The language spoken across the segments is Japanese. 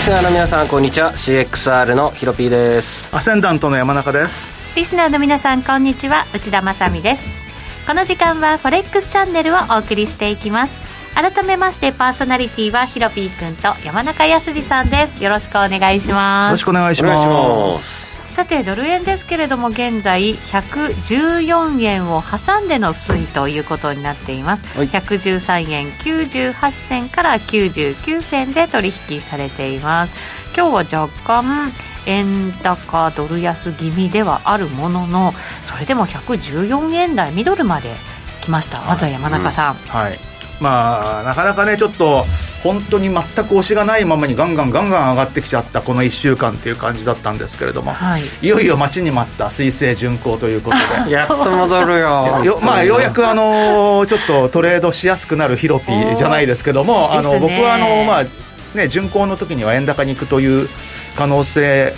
スナーの皆さんこんにちは CXR のヒロピーですアセンダントの山中ですリスナーの皆さんこんにちは内田まさみですこの時間はフォレックスチャンネルをお送りしていきます改めましてパーソナリティはヒロピーくんと山中康二さんですよろしくお願いしよまろすしくお願いしますさてドル円ですけれども現在114円を挟んでの推移ということになっています、はい113円98銭から99銭で取引されています今日は若干円高ドル安気味ではあるもののそれでも114円台ミドルまで来ましたまずは山中さん、はいまあなかなかねちょっと本当に全く推しがないままにガンガンガンガン上がってきちゃったこの1週間っていう感じだったんですけれども、はいい、よいよ待ちに待った水星巡行 ということでやっと戻るよよまあ、ようやく、あのーちょっとトレードしやすくなるヒロピーじゃないですけども、ーあのです僕ねはあのまあね、巡航の時には円高に行くという可能性、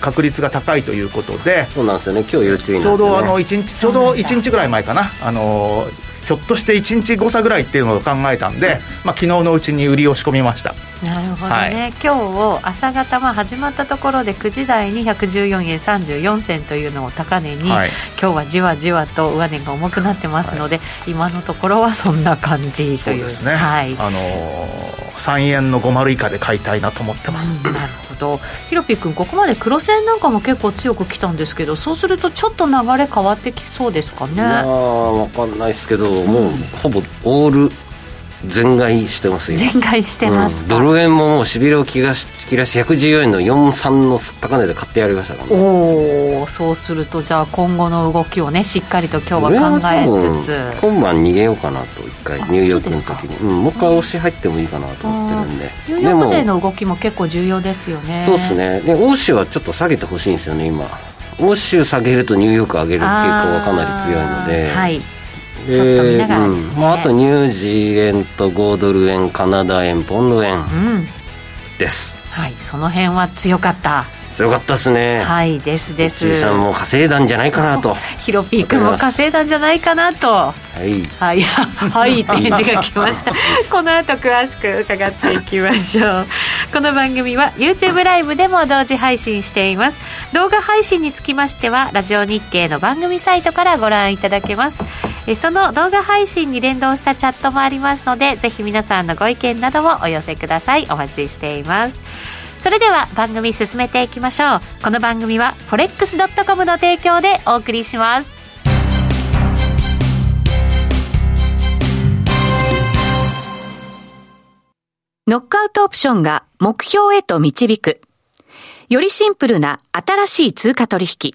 確率が高いということで、そうなんですよね今日要注意ちなょんですよ、ね、うどあの一日ちょうど1日ぐらい前かな、あのーひょっとして1日誤差ぐらいっていうのを考えたんで、まあ昨日のうちに売りを仕込みました。なるほどね、は今日を朝方は始まったところで9時台に114円34銭というのを高値に、はい今日はじわじわと上値が重くなってますので、今のところはそんな感じとそういうですね、はい、あのー、3円の50以下で買いたいなと思ってます。うんなるほどひろぴくんここまで黒線なんかも結構強く来たんですけどそうするとちょっと流れ変わってきそうですかね、まあわかんないですけどもうほぼオール全買いしてますよ全開してますうんか、ドル円ももうしびれを切らし切らし114円の43の高値で買ってやりましたからねおおそうするとじゃあ今後の動きをねしっかりと今日は考えつつ、俺は多分今晩逃げようかなと一回あニューヨークの時にうん、もう一回押し入ってもいいかなと思ってるんでニューヨーク勢の動きも結構重要ですよね。そうですねで欧州はちょっと下げてほしいんですよね今欧州下げるとニューヨーク上げる傾向がかなり強いので、あーはい、でちょっと見ながらですねうんまあ、あとニュージー円と5ドル円カナダ円ポンド円うん、ですはい、その辺は強かった。強かったですねはい、ですいです。さんも稼いだんじゃないかなとはヒロピー君も稼いだんじゃないかなと。いはい、 はい、って返事が来ました。この後詳しく伺っていきましょう。この番組は YouTube ライブでも同時配信しています。動画配信につきましては、ラジオ日経の番組サイトからご覧いただけます。えその動画配信に連動したチャットもありますので、ぜひ皆さんのご意見などをお寄せください。お待ちしています。それでは番組進めていきましょう。この番組は forex.com の提供でお送りします。ノックアウトオプションが目標へと導く。よりシンプルな新しい通貨取引。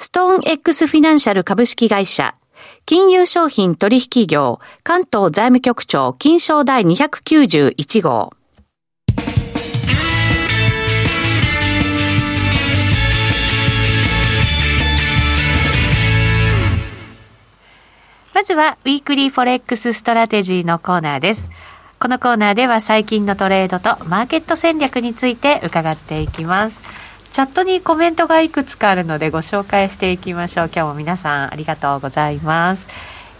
ストーン X フィナンシャル株式会社、金融商品取引業、関東財務局長、金賞第291号。まずは、ウィークリーフォレックスストラテジーのコーナーです。このコーナーでは最近のトレードとマーケット戦略について伺っていきます。チャットにコメントがいくつかあるのでご紹介していきましょう。今日も皆さんありがとうございます。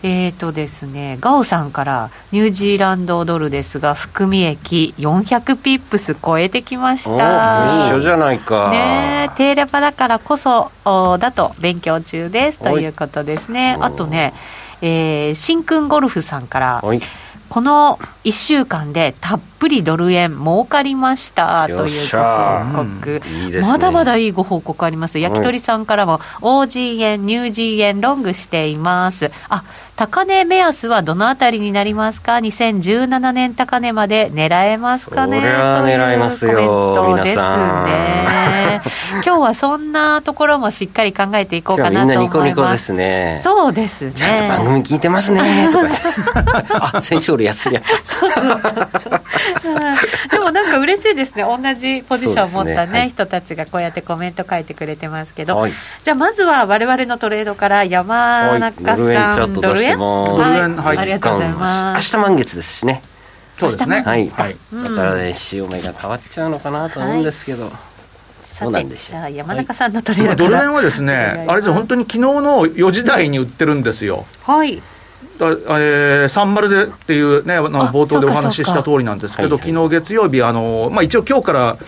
えーとですね、ガオさんからニュージーランドドルですが含み益400ピップス超えてきましおた一緒じゃないか。ねえ低レパだからこそおだと勉強中ですはいということですねおあとね、えー、新くんゴルフさんからはい。この1週間でたっぷりドル円儲かりましたよとっいうしごゃ報告、うんいいですねまだまだいいご報告あります焼き鳥さんからも OG 円ニュージー円ロングしていますあ高値目安はどのあたりになりますか2017年高値まで狙えますかねそりゃあとう狙いますよコメントです皆ね 今日はそんなところもしっかり考えていこう今日はかみなんなとニコ思いニコまですすね。そうですねちゃんと番組聞いてますねとか言って。 あ、先週俺安いやった。そうそうそうそう。うんでもなんか嬉しいですね。同じポジションを持ったそうですねねはい人たちがこうやってコメント書いてくれてますけど、はいじゃあまずは我々のトレードからはい山中さん、ドル円チャート出してますドドル円ル円はいありがとうございます。明日満月ですしね。そうですね。はい。はい。だからね、潮目が変わっちゃうのかなと思うんですけど。さそうなんて、ですじよゃあ山中さんのトレー今ドかドルら。円はですね、あれですよ本当に昨日の4時台に売ってるんですよ。はい。だえー、30でっていうね、あのあ冒頭でそうおか話しした通りなんですけど、そうかはい昨日月曜日、あのまあ、一応今日から、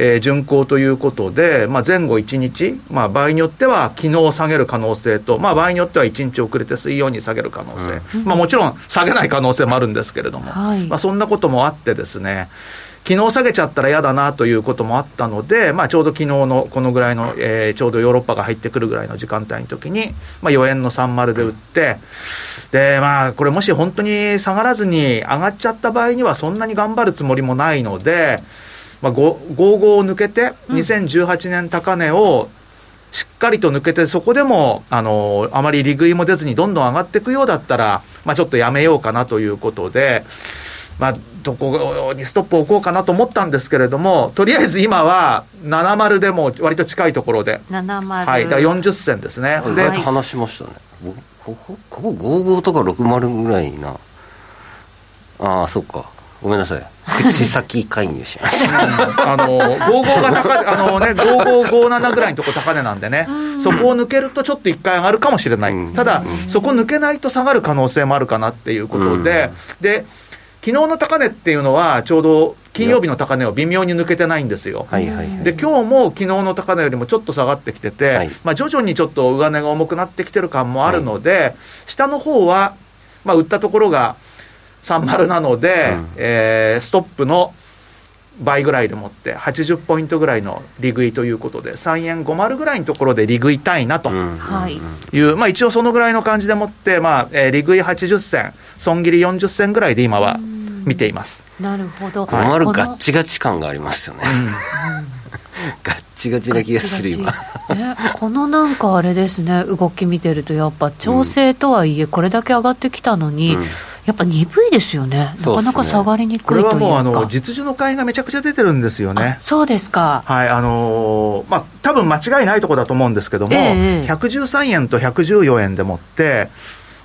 えー巡航ということで、まあ、前後1日、まあ、場合によっては昨日下げる可能性と、まあ、場合によっては1日遅れて水曜に下げる可能性、まあ、もちろん下げない可能性もあるんですけれども、はいまあ、そんなこともあってですね、昨日下げちゃったら嫌だなということもあったので、まあ、ちょうど昨日のこのぐらいの、えーちょうどヨーロッパが入ってくるぐらいの時間帯の時に、まあ、4円の30で売って、で、まあ、これもし本当に下がらずに上がっちゃった場合にはそんなに頑張るつもりもないので、まあ、5、5を抜けて、2018年高値をしっかりと抜けて、そこでも、あの、あまり利食いも出ずにどんどん上がっていくようだったら、まあ、ちょっとやめようかなということで、まあ、どこにストップを置こうかなと思ったんですけれども、とりあえず今は70でもう割と近いところで、七丸。はい、だから40銭ですね。意で、外と話しましたね。ここ、ここ55とか60ぐらいな。ああ、そっか。ごめんなさい。口先介入しま した。あの55が高値あのね5557ぐらいのとこ高値なんでね、そこを抜けるとちょっと一回上がるかもしれない、うんただ、そこ抜けないと下がる可能性もあるかなっていうことで、で昨日の高値っていうのは、ちょうど金曜日の高値を微妙に抜けてないんですよ。はいはいはい。で今日も昨日の高値よりもちょっと下がってきてて、はいまあ、徐々にちょっと上値が重くなってきてる感もあるので、下の方は、まあ、売ったところが30なので、うんえーストップの倍ぐらいでもって、80ポイントぐらいの利食いということで、3円50ぐらいのところで利食いたいなと。うんはい。いう、まあ、一応そのぐらいの感じでもって、まあえー利食い80銭、損切り40銭ぐらいで今は見ています。なるほど。困るこのガッチガチ感がありますよね。 ガッチガチな気がする今。ね、このなんかあれですね動き見てるとやっぱ調整とはいえこれだけ上がってきたのに、うんやっぱ鈍いですよねなそうかっすねなか下がりにくいことれいうかはもうあの実需の買いがめちゃくちゃ出てるんですよね。あそうですかはい、あのーまあ、多分間違いないとこだと思うんですけども、ええ113円と114円でもって、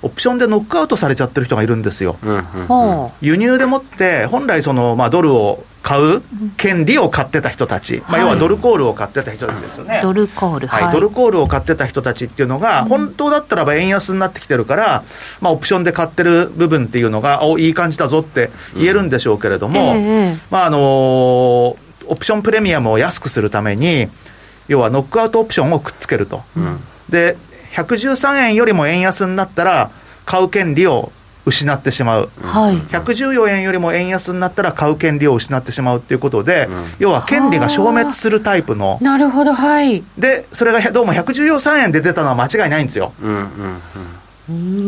オプションでノックアウトされちゃってる人がいるんですよ。うんうんほ輸入でもって、本来その、まあ、ドルを買う権利を買ってた人たち、まあ、要はドルコールを買ってた人たちですよね。うドルコールはい、ドルコールを買ってた人たちっていうのが、本当だったらば円安になってきてるから、まあ、オプションで買ってる部分っていうのが、おいい感じだぞって言えるんでしょうけれども、ええええまああのオプションプレミアムを安くするために、要はノックアウトオプションをくっつけると、で113円よりも円安になったら、買う権利を失ってしまう。はい114円よりも円安になったら買う権利を失ってしまうっていうことで、要は権利が消滅するタイプのなるほどはいで、それがどうも113円で出たのは間違いないんですよ。うんうんうん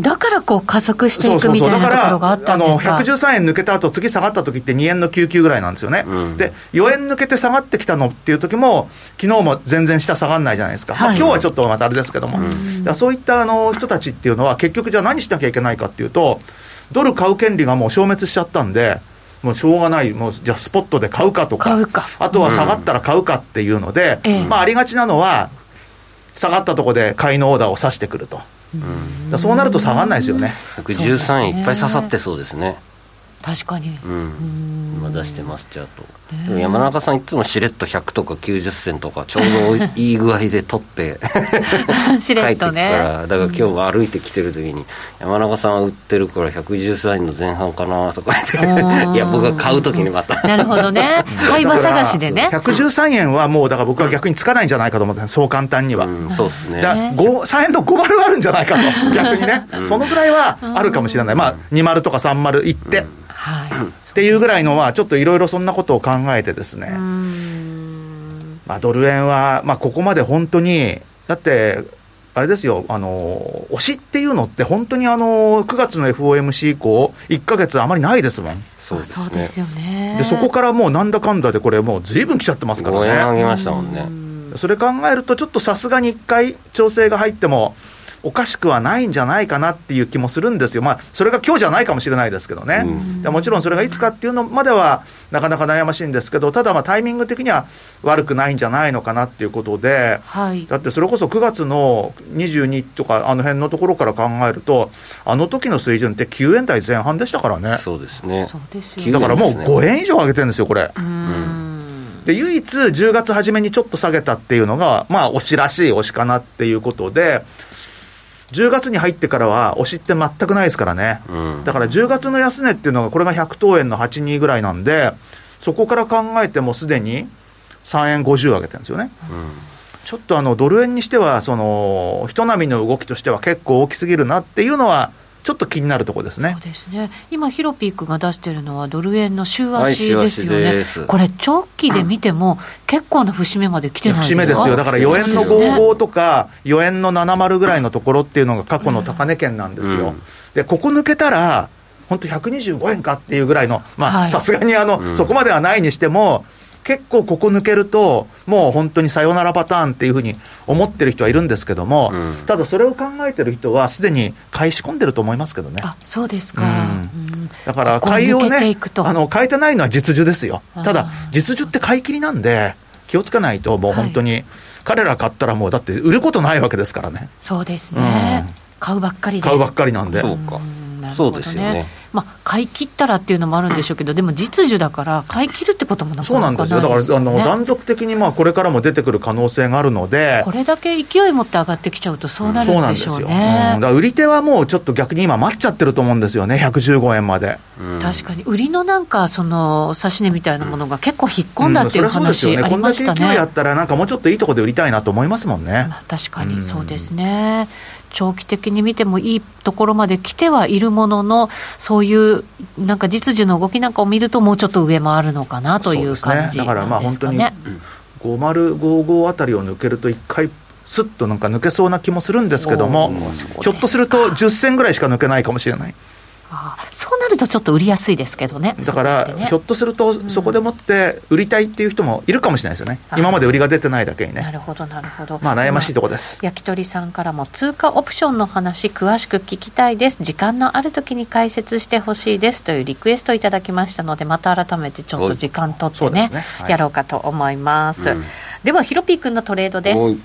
だからこう加速していくみたいだかなとこら、ろがあったあんでの、すか113円抜けた後、次下がった時って2円の99ぐらいなんですよね。うんで、4円抜けて下がってきたのっていう時も、昨日も全然下下がんないじゃないですか。まあはい今日はちょっとまたあれですけども。だからそういったあの人たちっていうのは、結局じゃあ何しなきゃいけないかっていうと、ドル買う権利がもう消滅しちゃったんで、もうしょうがない、もうじゃあスポットで買うかとか、買うかあとは下がったら買うかっていうので、ええまあありがちなのは、下がったとこで買いのオーダーを指してくると。だからそうなると下がらないですよね。 113円いっぱい刺さってそうですね。確かにうん。今出してます、チャート。でも山中さんいつもしれっと100とか90銭とかちょうどいい具合で取って帰しれっってくとかね。らだから今日は歩いてきてる時に山中さんは売ってるから110歳の前半かなとか言うっんていや僕が買う時にまたなるほ どね。買い場探しでね。 113円はもう、だから僕は逆につかないんじゃないかと思ってたそう簡単には。うん、そうですねだ5 3円と5丸あるんじゃないかと、逆にね、そのぐらいはあるかもしれない、まあ、2丸とか3丸いって、はい。っていうぐらいのは、ちょっといろいろそんなことを考えてですね、まあ、ドル円は、まあ、ここまで本当に、だって、あれですよ、あの、推しっていうのって、本当にあの、9月の FOMC 以降、1ヶ月あまりないですもん。そうですそうねですよね。で、そこからもうなんだかんだで、これもう随分来ちゃってますか5円ら上ね。げましたもんうねんそれ考えると、ちょっとさすがに1回調整が入っても、おかしくはないんじゃないかなっていう気もするんですよ。まあ、それが今日じゃないかもしれないですけどね。うんでもちろんそれがいつかっていうのまではなかなか悩ましいんですけど、ただまあタイミング的には悪くないんじゃないのかなっていうことで、はい。だってそれこそ9月の22とかあの辺のところから考えると、あの時の水準って9円台前半でしたからね。そうですねそうですよ急ね。だからもう9円ですね5円以上上げてるんですよ、これ。うん。で、唯一10月初めにちょっと下げたっていうのが、まあ、推しらしい推しかなっていうことで、10月に入ってからは推しって全くないですからね。うんだから10月の安値っていうのが、これが100等円の82ぐらいなんで、そこから考えてもすでに3円50上げてるんですよね。ちょっとあのドル円にしては、その人波の動きとしては結構大きすぎるなっていうのは、ちょっと気になるところですねそう。ですね。今ヒロピークが出してるのはドル円の週はい足ですよね。週足ですこれ長期で見ても結構な節目まで来てないです節か。目ですよ、だから4円のそうですね55とか、4円の70ぐらいのところっていうのが過去の高値圏なんですうよん。で、ここ抜けたら、本当125円かっていうぐらいの、まはあ、いさすがにあうの、んそこまではないにしても、結構ここ抜けると、もう本当にさよならパターンっていうふうに思ってる人はいるんですけどもうん、ただそれを考えてる人は、すでに買い仕込んでると思いますけどね。あ、そうですか。ううんだからここを買いを抜けていねく、とあの変えてないのは実需ですよ、あーただ、実需って買い切りなんで、気をつかないと、もう本当に、彼ら買ったらもう、だって売ることないわけですからね、そうですね。うん買うばっかりで。買うばっかりなんで、そうかんなるそほうどですよねまあ、買い切ったらっていうのもあるんでしょうけど、でも実需だから、買い切るってこともなそかうななんかですよ、だないかですらよあのね。断続的にまあこれからも出てくる可能性があるので、これだけ勢い持って上がってきちゃうと、そうなそるうんなんでですしょよ、ううんだねか。ら売り手はもうちょっと逆に今、待っちゃってると思うんですよね、115円まで。うん確かに売りのなんか、その指値みたいなものが結構引っ込んだっていうそりゃそう話ですよあね、りこんまだしけた勢いやねっ。たら、なんかもうちょっといいとこで売りたいなと思いますもんね。まあ確かうにんそうですね、長期的に見てもいいところまで来てはいるものの、そういうなんか実需の動きなんかを見ると、もうちょっと上もあるのかなという感じそうですねだからまなあんで本す当かにね。 5055あたりを抜けると、一回、すっとなんか抜けそうな気もするんですけどもおーそうです、ひょっとすると10銭ぐらいしか抜けないかもしれない、あーそうなるとちょっと売りやすいですけどね。だかそうやら、ってねひょっとすると、そこでもって売りたいっていう人もいるかもしれないですよねあ、ー今まで売りが出てないだけになね、るほど、なるほど。まあ悩ましいとこです。焼き鳥さんからも通貨オプションの話詳しく聞きたいです時間のある時に解説してほしいですというリクエストをいただきましたのでまた改めてちょっと時間取ってそうでねすねはいやろうかと思います、うんではヒロピー君のトレードですおい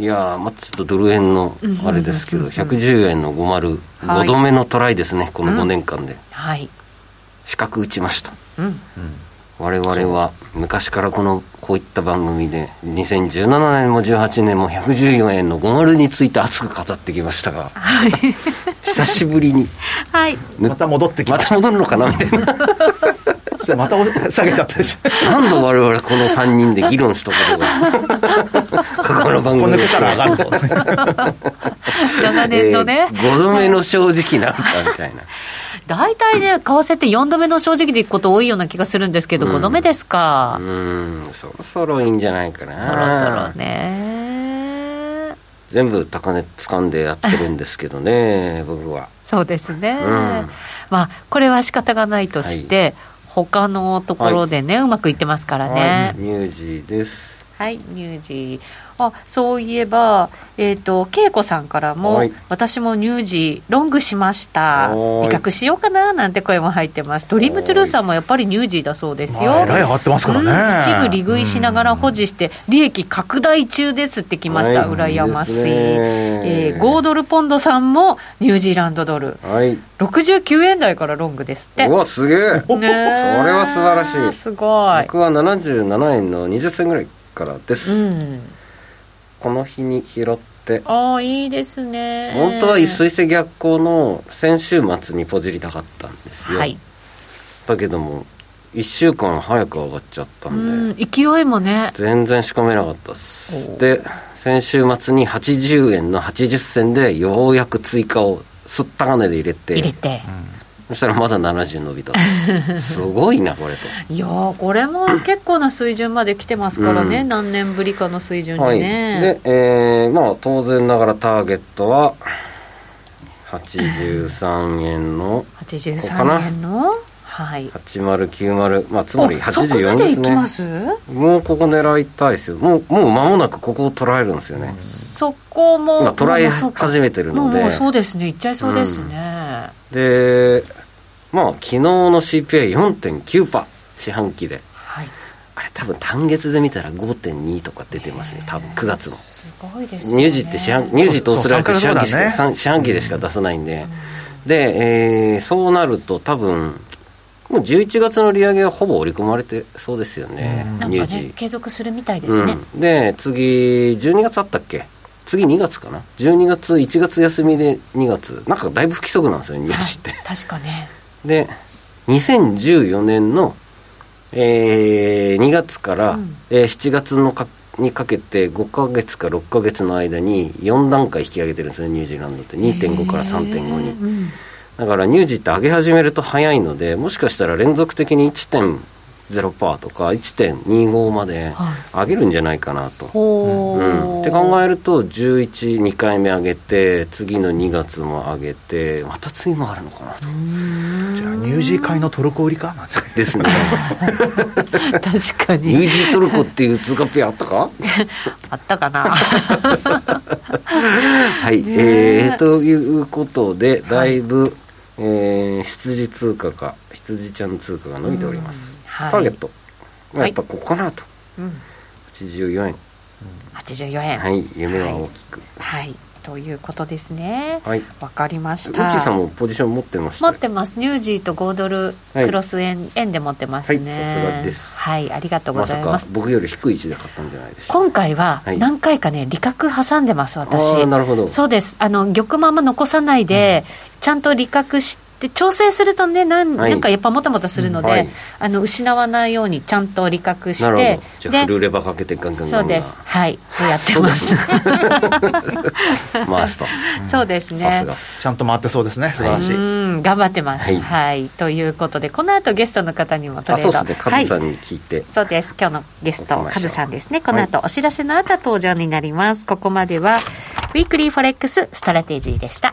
いやー、まあ、ちょっとドル円のあれですけど、110円の50、はい5度目のトライですね、この5年間で、はい、四角打ちました。うん、我々は昔からこのこういった番組で2017年も18年も114円の50について熱く語ってきましたが 久しぶりにはい、ねまた戻ってきまました戻るのかなみたいなた。またお 下げちゃったし。何度我々この3人で議論しとかとが 過去の番こう組抜でけたら上がるぞ。 7年度ね、 5度目の正直なんかみたいな大体ね為替って4度目の正直でいくこと多いような気がするんですけど、うん5度目ですかう、ーんそろそろいいんじゃないかなそろそろね全部高値掴んでやってるんですけどね 僕はそうですね、んまあこれは仕方がないとして、他のところでね、うまくいってますからね、ミュージーですはい、乳児。あ、そういえば、えっ、と、恵子さんからも、はい私も乳児、ロングしました。はーい威嚇しようかな、なんて声も入ってます。ドリームトゥルーさんもやっぱり乳児だそうですよ。まあえらい上がってますからねうん一部利食いしながら保持して、利益拡大中ですってきましはた。い羨ましい。いいですねえー5ドルポンドさんも、ニュージーランドドル。はい。 69円台からロングですって。うわ、すげえ。ねえそれは素晴らしいすごい。僕は77円の20銭ぐらいからです。うん。この日に拾って、ああ、いいですね。本当は水星逆行の先週末にポジりたかったんですよ。はい。だけども、1週間早く上がっちゃったうんん、で、勢いもね。全然仕込めなかったっおす。で、先週末に80円の80銭でようやく追加をすった金で入れて、入れて。そしたらまだ70伸びた とすごいなこれといやー、これも結構な水準まで来てますからね。うん何年ぶりかの水準はい、にねで。、えーまあ当然ながらターゲットは83円の83円の。はい。 8090まあつまりおそこま84ででいすきねますもうここ狙いたいですよもうもう間もなくここを捉えるんですよね、そこも。今捉えもうそうか始めてるものうでもうそうですね。いっちゃいそうですね。でまあ昨日の CPI4.9% 四半期ではい。あれ多分単月で見たら5.2とか出てますね多分9月のすごいですね。乳児って四半乳児とオーストラリアって四そうそう半期しか、そうだ三四半期でしか出さないんで、で、えーそうなると多分もう11月の利上げはほぼ織り込まれてそうですよね、なん乳か児ね、継続するみたいでうすね。ん、で次12月あったっけ次2月かな12月1月休みで2月なんかだいぶ不規則なんですよねはい乳児って、確かね。で2014年の、え2月から、うんえー7月のかにかけて5ヶ月か6ヶ月の間に4段階引き上げてるんですねニュージーランドって2.5から3.5へーにうんだからニュージーって上げ始めると早いのでもしかしたら連続的に1.0%とか1.25までは上いげるんじゃないかなと。ほうーん、って考えると112回目上げて次の2月も上げてまた次もあるのかなとじゃあニュージー界のトルコ売りかなんてです ねニュージ確かに。ートルコっていう通貨ペアあった かあったかな。はい、ねええー、ということでだいぶ、えー羊通貨か羊ちゃん通貨が伸びております、うんはいターゲットまあはいやっぱここかなとうん84円84円。はい夢は大きくはい。ということですね。はい、うわかりましちた。さんもポジション持ってました持ってます。ニュージーと5ドルはいクロス円、円で持ってますね。はいさすがですはい、ありがとうごまざさいまかす。僕より低い位置で買ったんじゃないでしょうか今回ははい何回かね、利確挟んでます私あーなるほどそうですあの玉まま残さないで、ちゃんと利確して調整するとねなん,、はいなんかやっぱもたもたするので、はいあの失わないようにちゃんと利確してなるほどじゃあでフルレバーかけてガンガンガンガンそうですはいこうやってます 回すとそうです ねさすがっすちゃんと回ってそうですね素晴らしい、うん頑張ってます、ははいいということでこの後ゲストの方にもトあレードそうですねカズさはいんに聞いて、そうです今日のゲスト行きましカょうズさんですねこの後お知らせの後登場になります、ここまではウィークリーフォレックスストラテジーでした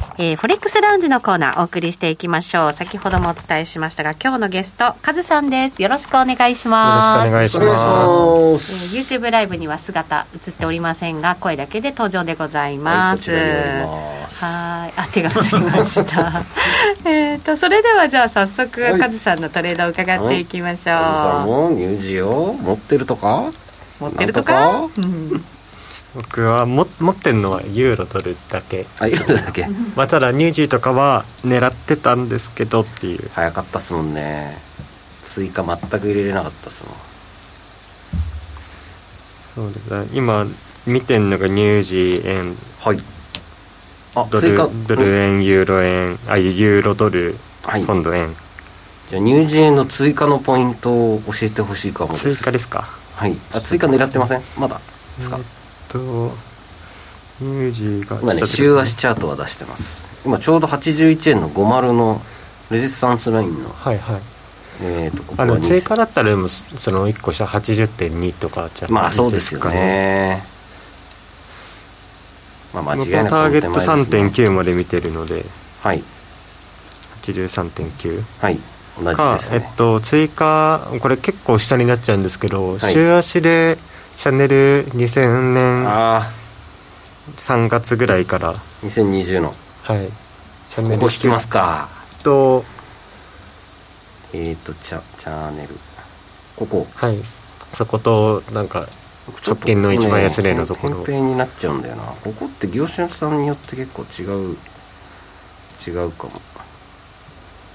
えー、フォレックスラウンジのコーナーお送りしていきましょう。先ほどもお伝えしましたが、今日のゲスト、カズさんです。よろしくお願いします。よろしくお願願いいしますしますえー YouTube ライブには姿映っておりませんが声だけで登場でございはいまこす。ちらになりますはい、あ手がつき ました。えっとそれではじゃあ早速、はいカズさんのトレードを伺っていきましょう。カズさんも乳児を持ってるとか持ってるとかなんと？うん僕はも持ってんのはユーロドルだけ、あいるだけまあ、ただニュージーとかは狙ってたんですけどっていう早かったっすもんね追加全く入れれなかったっすもんそうですね今見てんのがニュージー円はいあド追ル加ドル円ユーロ円あユーロドルはいポンド円、じゃあ乳児への追加のポイントを教えてほしいかも追加ですすかはいあ追加狙ってませんまだですかえっとニュージーが今ねちょ週っと待足ってチャートは出してます今ちょうど81円の50のレジスタンスラインのくださいはいはいえーとここあはの2000追加だったらでもそその1個下80.2とかじゃまあそうですよかねまあ間違僕いなのくターゲットこの手前ですね3.9まで見てるのではい83.9はい同じか、ですえねっと、追加これ結構下になっちゃうんですけはど、い週足でシャネル2000年あ3月ぐらいから、あ2020のはい、シャここ引きますかと、えっ、ー、とチャチャンネルここはい、そことなんか直近の一番安値のところね扁平になっちゃうんだよなここって業者さんによって結構違う違うかも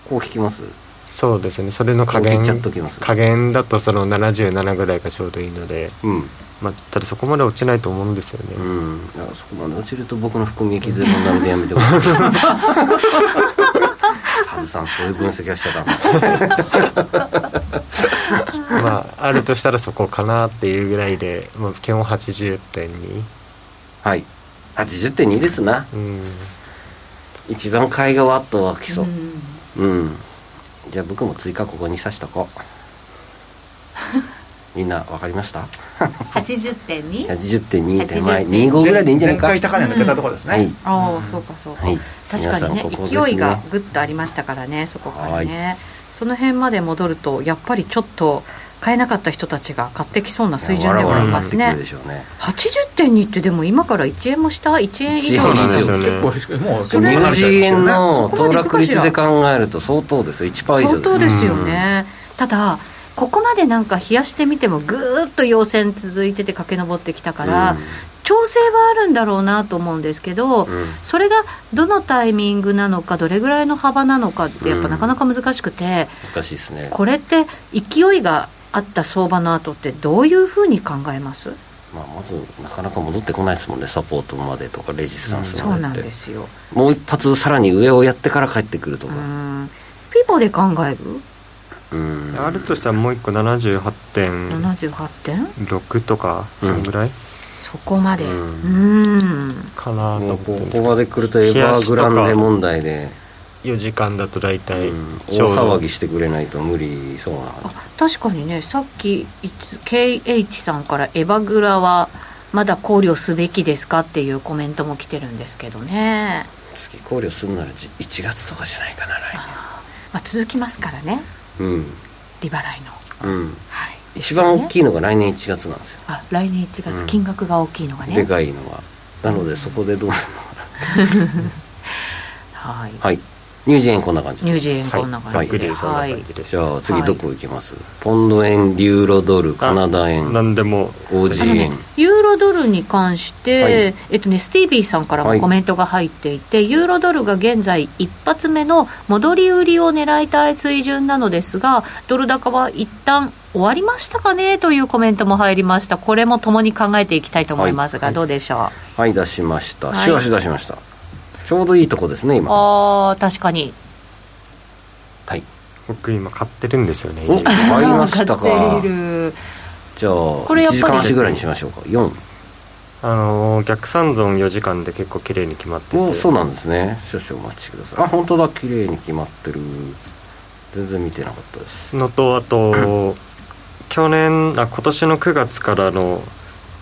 こう引きますそうですねそれの加こ減う切っちゃっときます加減だとその77ぐらいがちょうどいいので、うんまあ、ただそこまで落ちないと思うんですよね、うんだからそこまで落ちると僕の含み益ゼロになるんでやめてほし いカズさんそういう分析はしちゃダメ まああるとしたらそこかなっていうぐらいで、まあ、基本80.2はい80.2ですなうん一番買いがワッと湧きそううんうん、じゃあ僕も追加ここに刺しと こうみんな分かりました80.2 80.2手前25 80.2ぐらいでいいんじゃないか前回高値抜けたとこですね、はいああ、そうかそうか、はい確かに皆ねさんここですね勢いがぐっとありましたからねそこからねその辺まで戻るとやっぱりちょっと買えなかった人たちが買ってきそうな水準でわらはあわりらま買っすてくるねでしょうね80.2ってでも今から1円も下1円以上そうなんですよね結構もうニれュージー円のそこ騰まで行く落かし率らで考えると相当ですよ1%以上相です当ですよね、ただここまでなんか冷やしてみてもぐーっと陽線続いてて駆け上ってきたから、調整はあるんだろうなと思うんですけど、うんうんそれがどのタイミングなのかどれぐらいの幅なのかってやっぱうんなかなか難しくて、難しいですねこれって勢いがあった相場の後ってどういうふうに考えます、まあ、まずなかなか戻ってこないですもんねサポートまでとかレジスタンスそまうでなっんてですよもう一発さらに上をやってから帰ってくるとうかんピボで考えるうんあるとしたらもう一個78.6 78点とかそのぐらいそこまでううんかなともう思こってこまで来るとエバーグランデ問題で、 4時間だと大体うんちょう大騒どぎしてくれないと無理そうなあ確かにねさっきいつ KH さんからエバグラはまだ考慮すべきですかっていうコメントも来てるんですけどね、月考慮するならじ1月とかじゃないかな来まあ、続きますからね年うん利払いの、うんはい、一番大いきいのが来年1月なんですよあ来年1月、うん金額が大きいのがでねかいのはなのでそこでどうはいはいニュージーエンこんな感じニュですージー円こんなは感いじグで、リーンそんなはい感じですじゃあ次どこ行きます、ポンド円ユーロドルカナダ円何でもオージあのーね円、ユーロドルに関して、はいえっとね、スティービーさんからもコメントが入っていて、ユーロドルが現在、一発目の戻り売りを狙いたい水準なのですが、ドル高は一旦終わりましたかねというコメントも入りましたこれもともに考えていきたいと思いますが、はいどうでしょう、はい出しましたはいしばし出しました、ちょうどいいとこですね今ああ確かにはい僕今買ってるんですよねお買いま した上がかっているじゃあこれや1っぱり時間足ぐらいにしましょうか4あのー逆三存4時間で結構綺麗に決まっておてそうなんですね少々お待ちくださいあ本当だ綺麗に決まってる全然見てなかったですのとあと去年あ今年の9月からの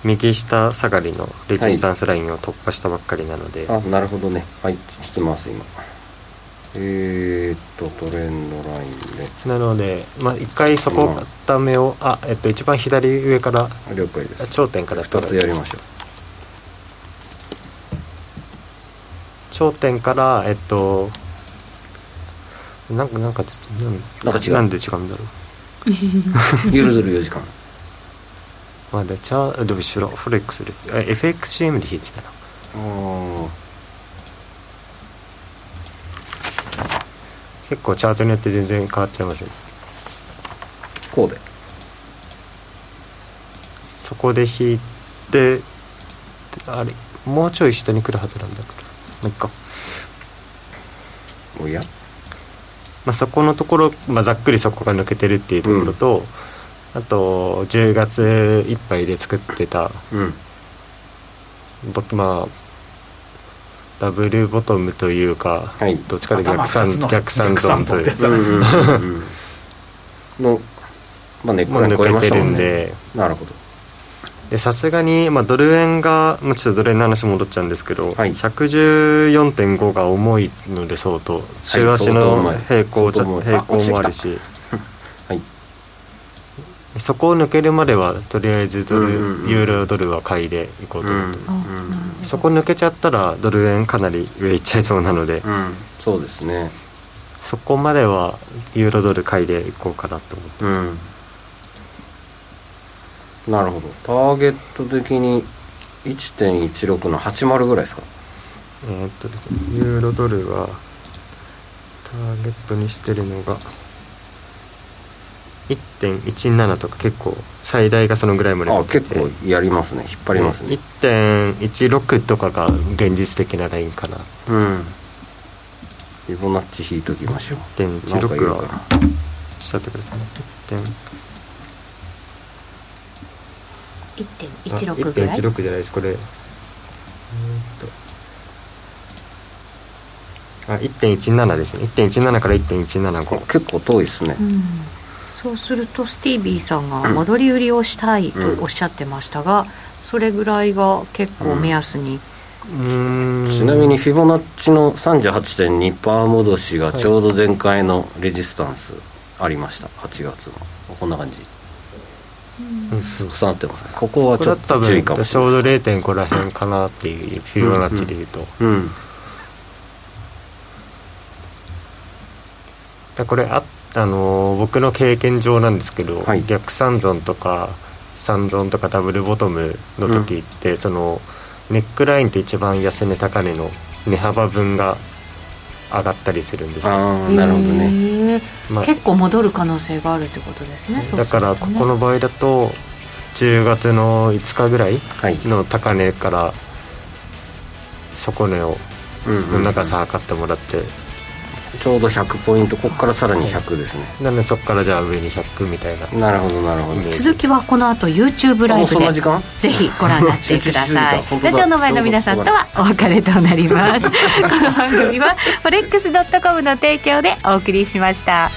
右下下がりのレジスタンスラインを突破したばっかりなので、あなるほどねはい引きます今えー、っとトレンドラインでなので、まあ、一回そこ固めを、あ、えっと、一番左上から、了解ですあ頂点からやった2らつやりま しょう頂点から、えっと、なんか、なんかつ、なんなんか違うなんで違うんだろう。ゆるずる4時間まあ、で、チャー、でも一緒だ、フレックスです。え、FXCM で引いてたな。あ結構チャートによって全然変わっちゃいますね。ーこうでそこで引いて、であれ、もうちょい下に来るはずなんだから。まあ、いっか。おやまあ、そこのところ、まあ、ざっくりそこが抜けてるっていうところと、あと10月いっぱいで作ってたうんボまあダブルボトムというか、はいどっちかで逆頭二算つの逆算逆算損と損っいてやつううだんうんうんうんのまあ根っもこうが超え抜まけしてたるもんんねでなるほどでさすがに、まあ、ドル円が、まあ、ちょっとドル円の話戻っちゃうんですけど、はい114.5が重いので相当週足相当の重い平行,、相当重い平あ落行ちてきもあたるしはいそこを抜けるまではとりあえずドル、うんうんうんユーロドルは買いでいこうと思ってます、あなるほどそこ抜けちゃったらドル円かなり上行っちゃいそうなので、うんそうですねそこまではユーロドル買いでいこうかなと思ってうんなるほどターゲット的に1.16の80ぐらいですかえーっとですねユーロドルはターゲットにしてるのが1.17とか結構最大がそのぐらいまであ抜け結て構やりますね引っ張りますね1.16とかが現実的なラインかなうんリボナッチ引いときましょうなんかい1.16るかは下ってくださいね1.16 1.16ぐらい1.16じゃないですこれえーっとあ1.17ですね1.17からなあ1.175結構遠いですねうんそうするとスティービーさんが戻り売りをしたいとおっしゃってましたが、それぐらいが結構目安に、ちなみにフィボナッチの38.2%戻しがちょうど前回のレジスタンスありました8月のこんな感じ重なってますねここはこちれょはっ多と注意分かもしちれょうなどい0.5らへんかなっていうフィボナッチでいうと、うんだこれあ、あのー僕の経験上なんですけど、はい逆三尊とか三尊とかダブルボトムの時って、そのネックラインと一番安値高値の値幅分が上がったりするんですよああなるほどねへーまあ結構戻る可能性があるってことですねそうだからここのの場合だと10月の5日ぐらいはいの高値から底値をの長さ測ってもらって、ちょうど100ポイントここからさらに100ですねなのでそこからじゃあ上に100みたいななるほどなるほどイメージ続きはこの後 YouTube ライもうブそんな時で間ぜひご覧になって ください集中しすぎた本当だラジオの前の皆さんとはお別れとなりますこの番組は forex.com の提供でお送りしました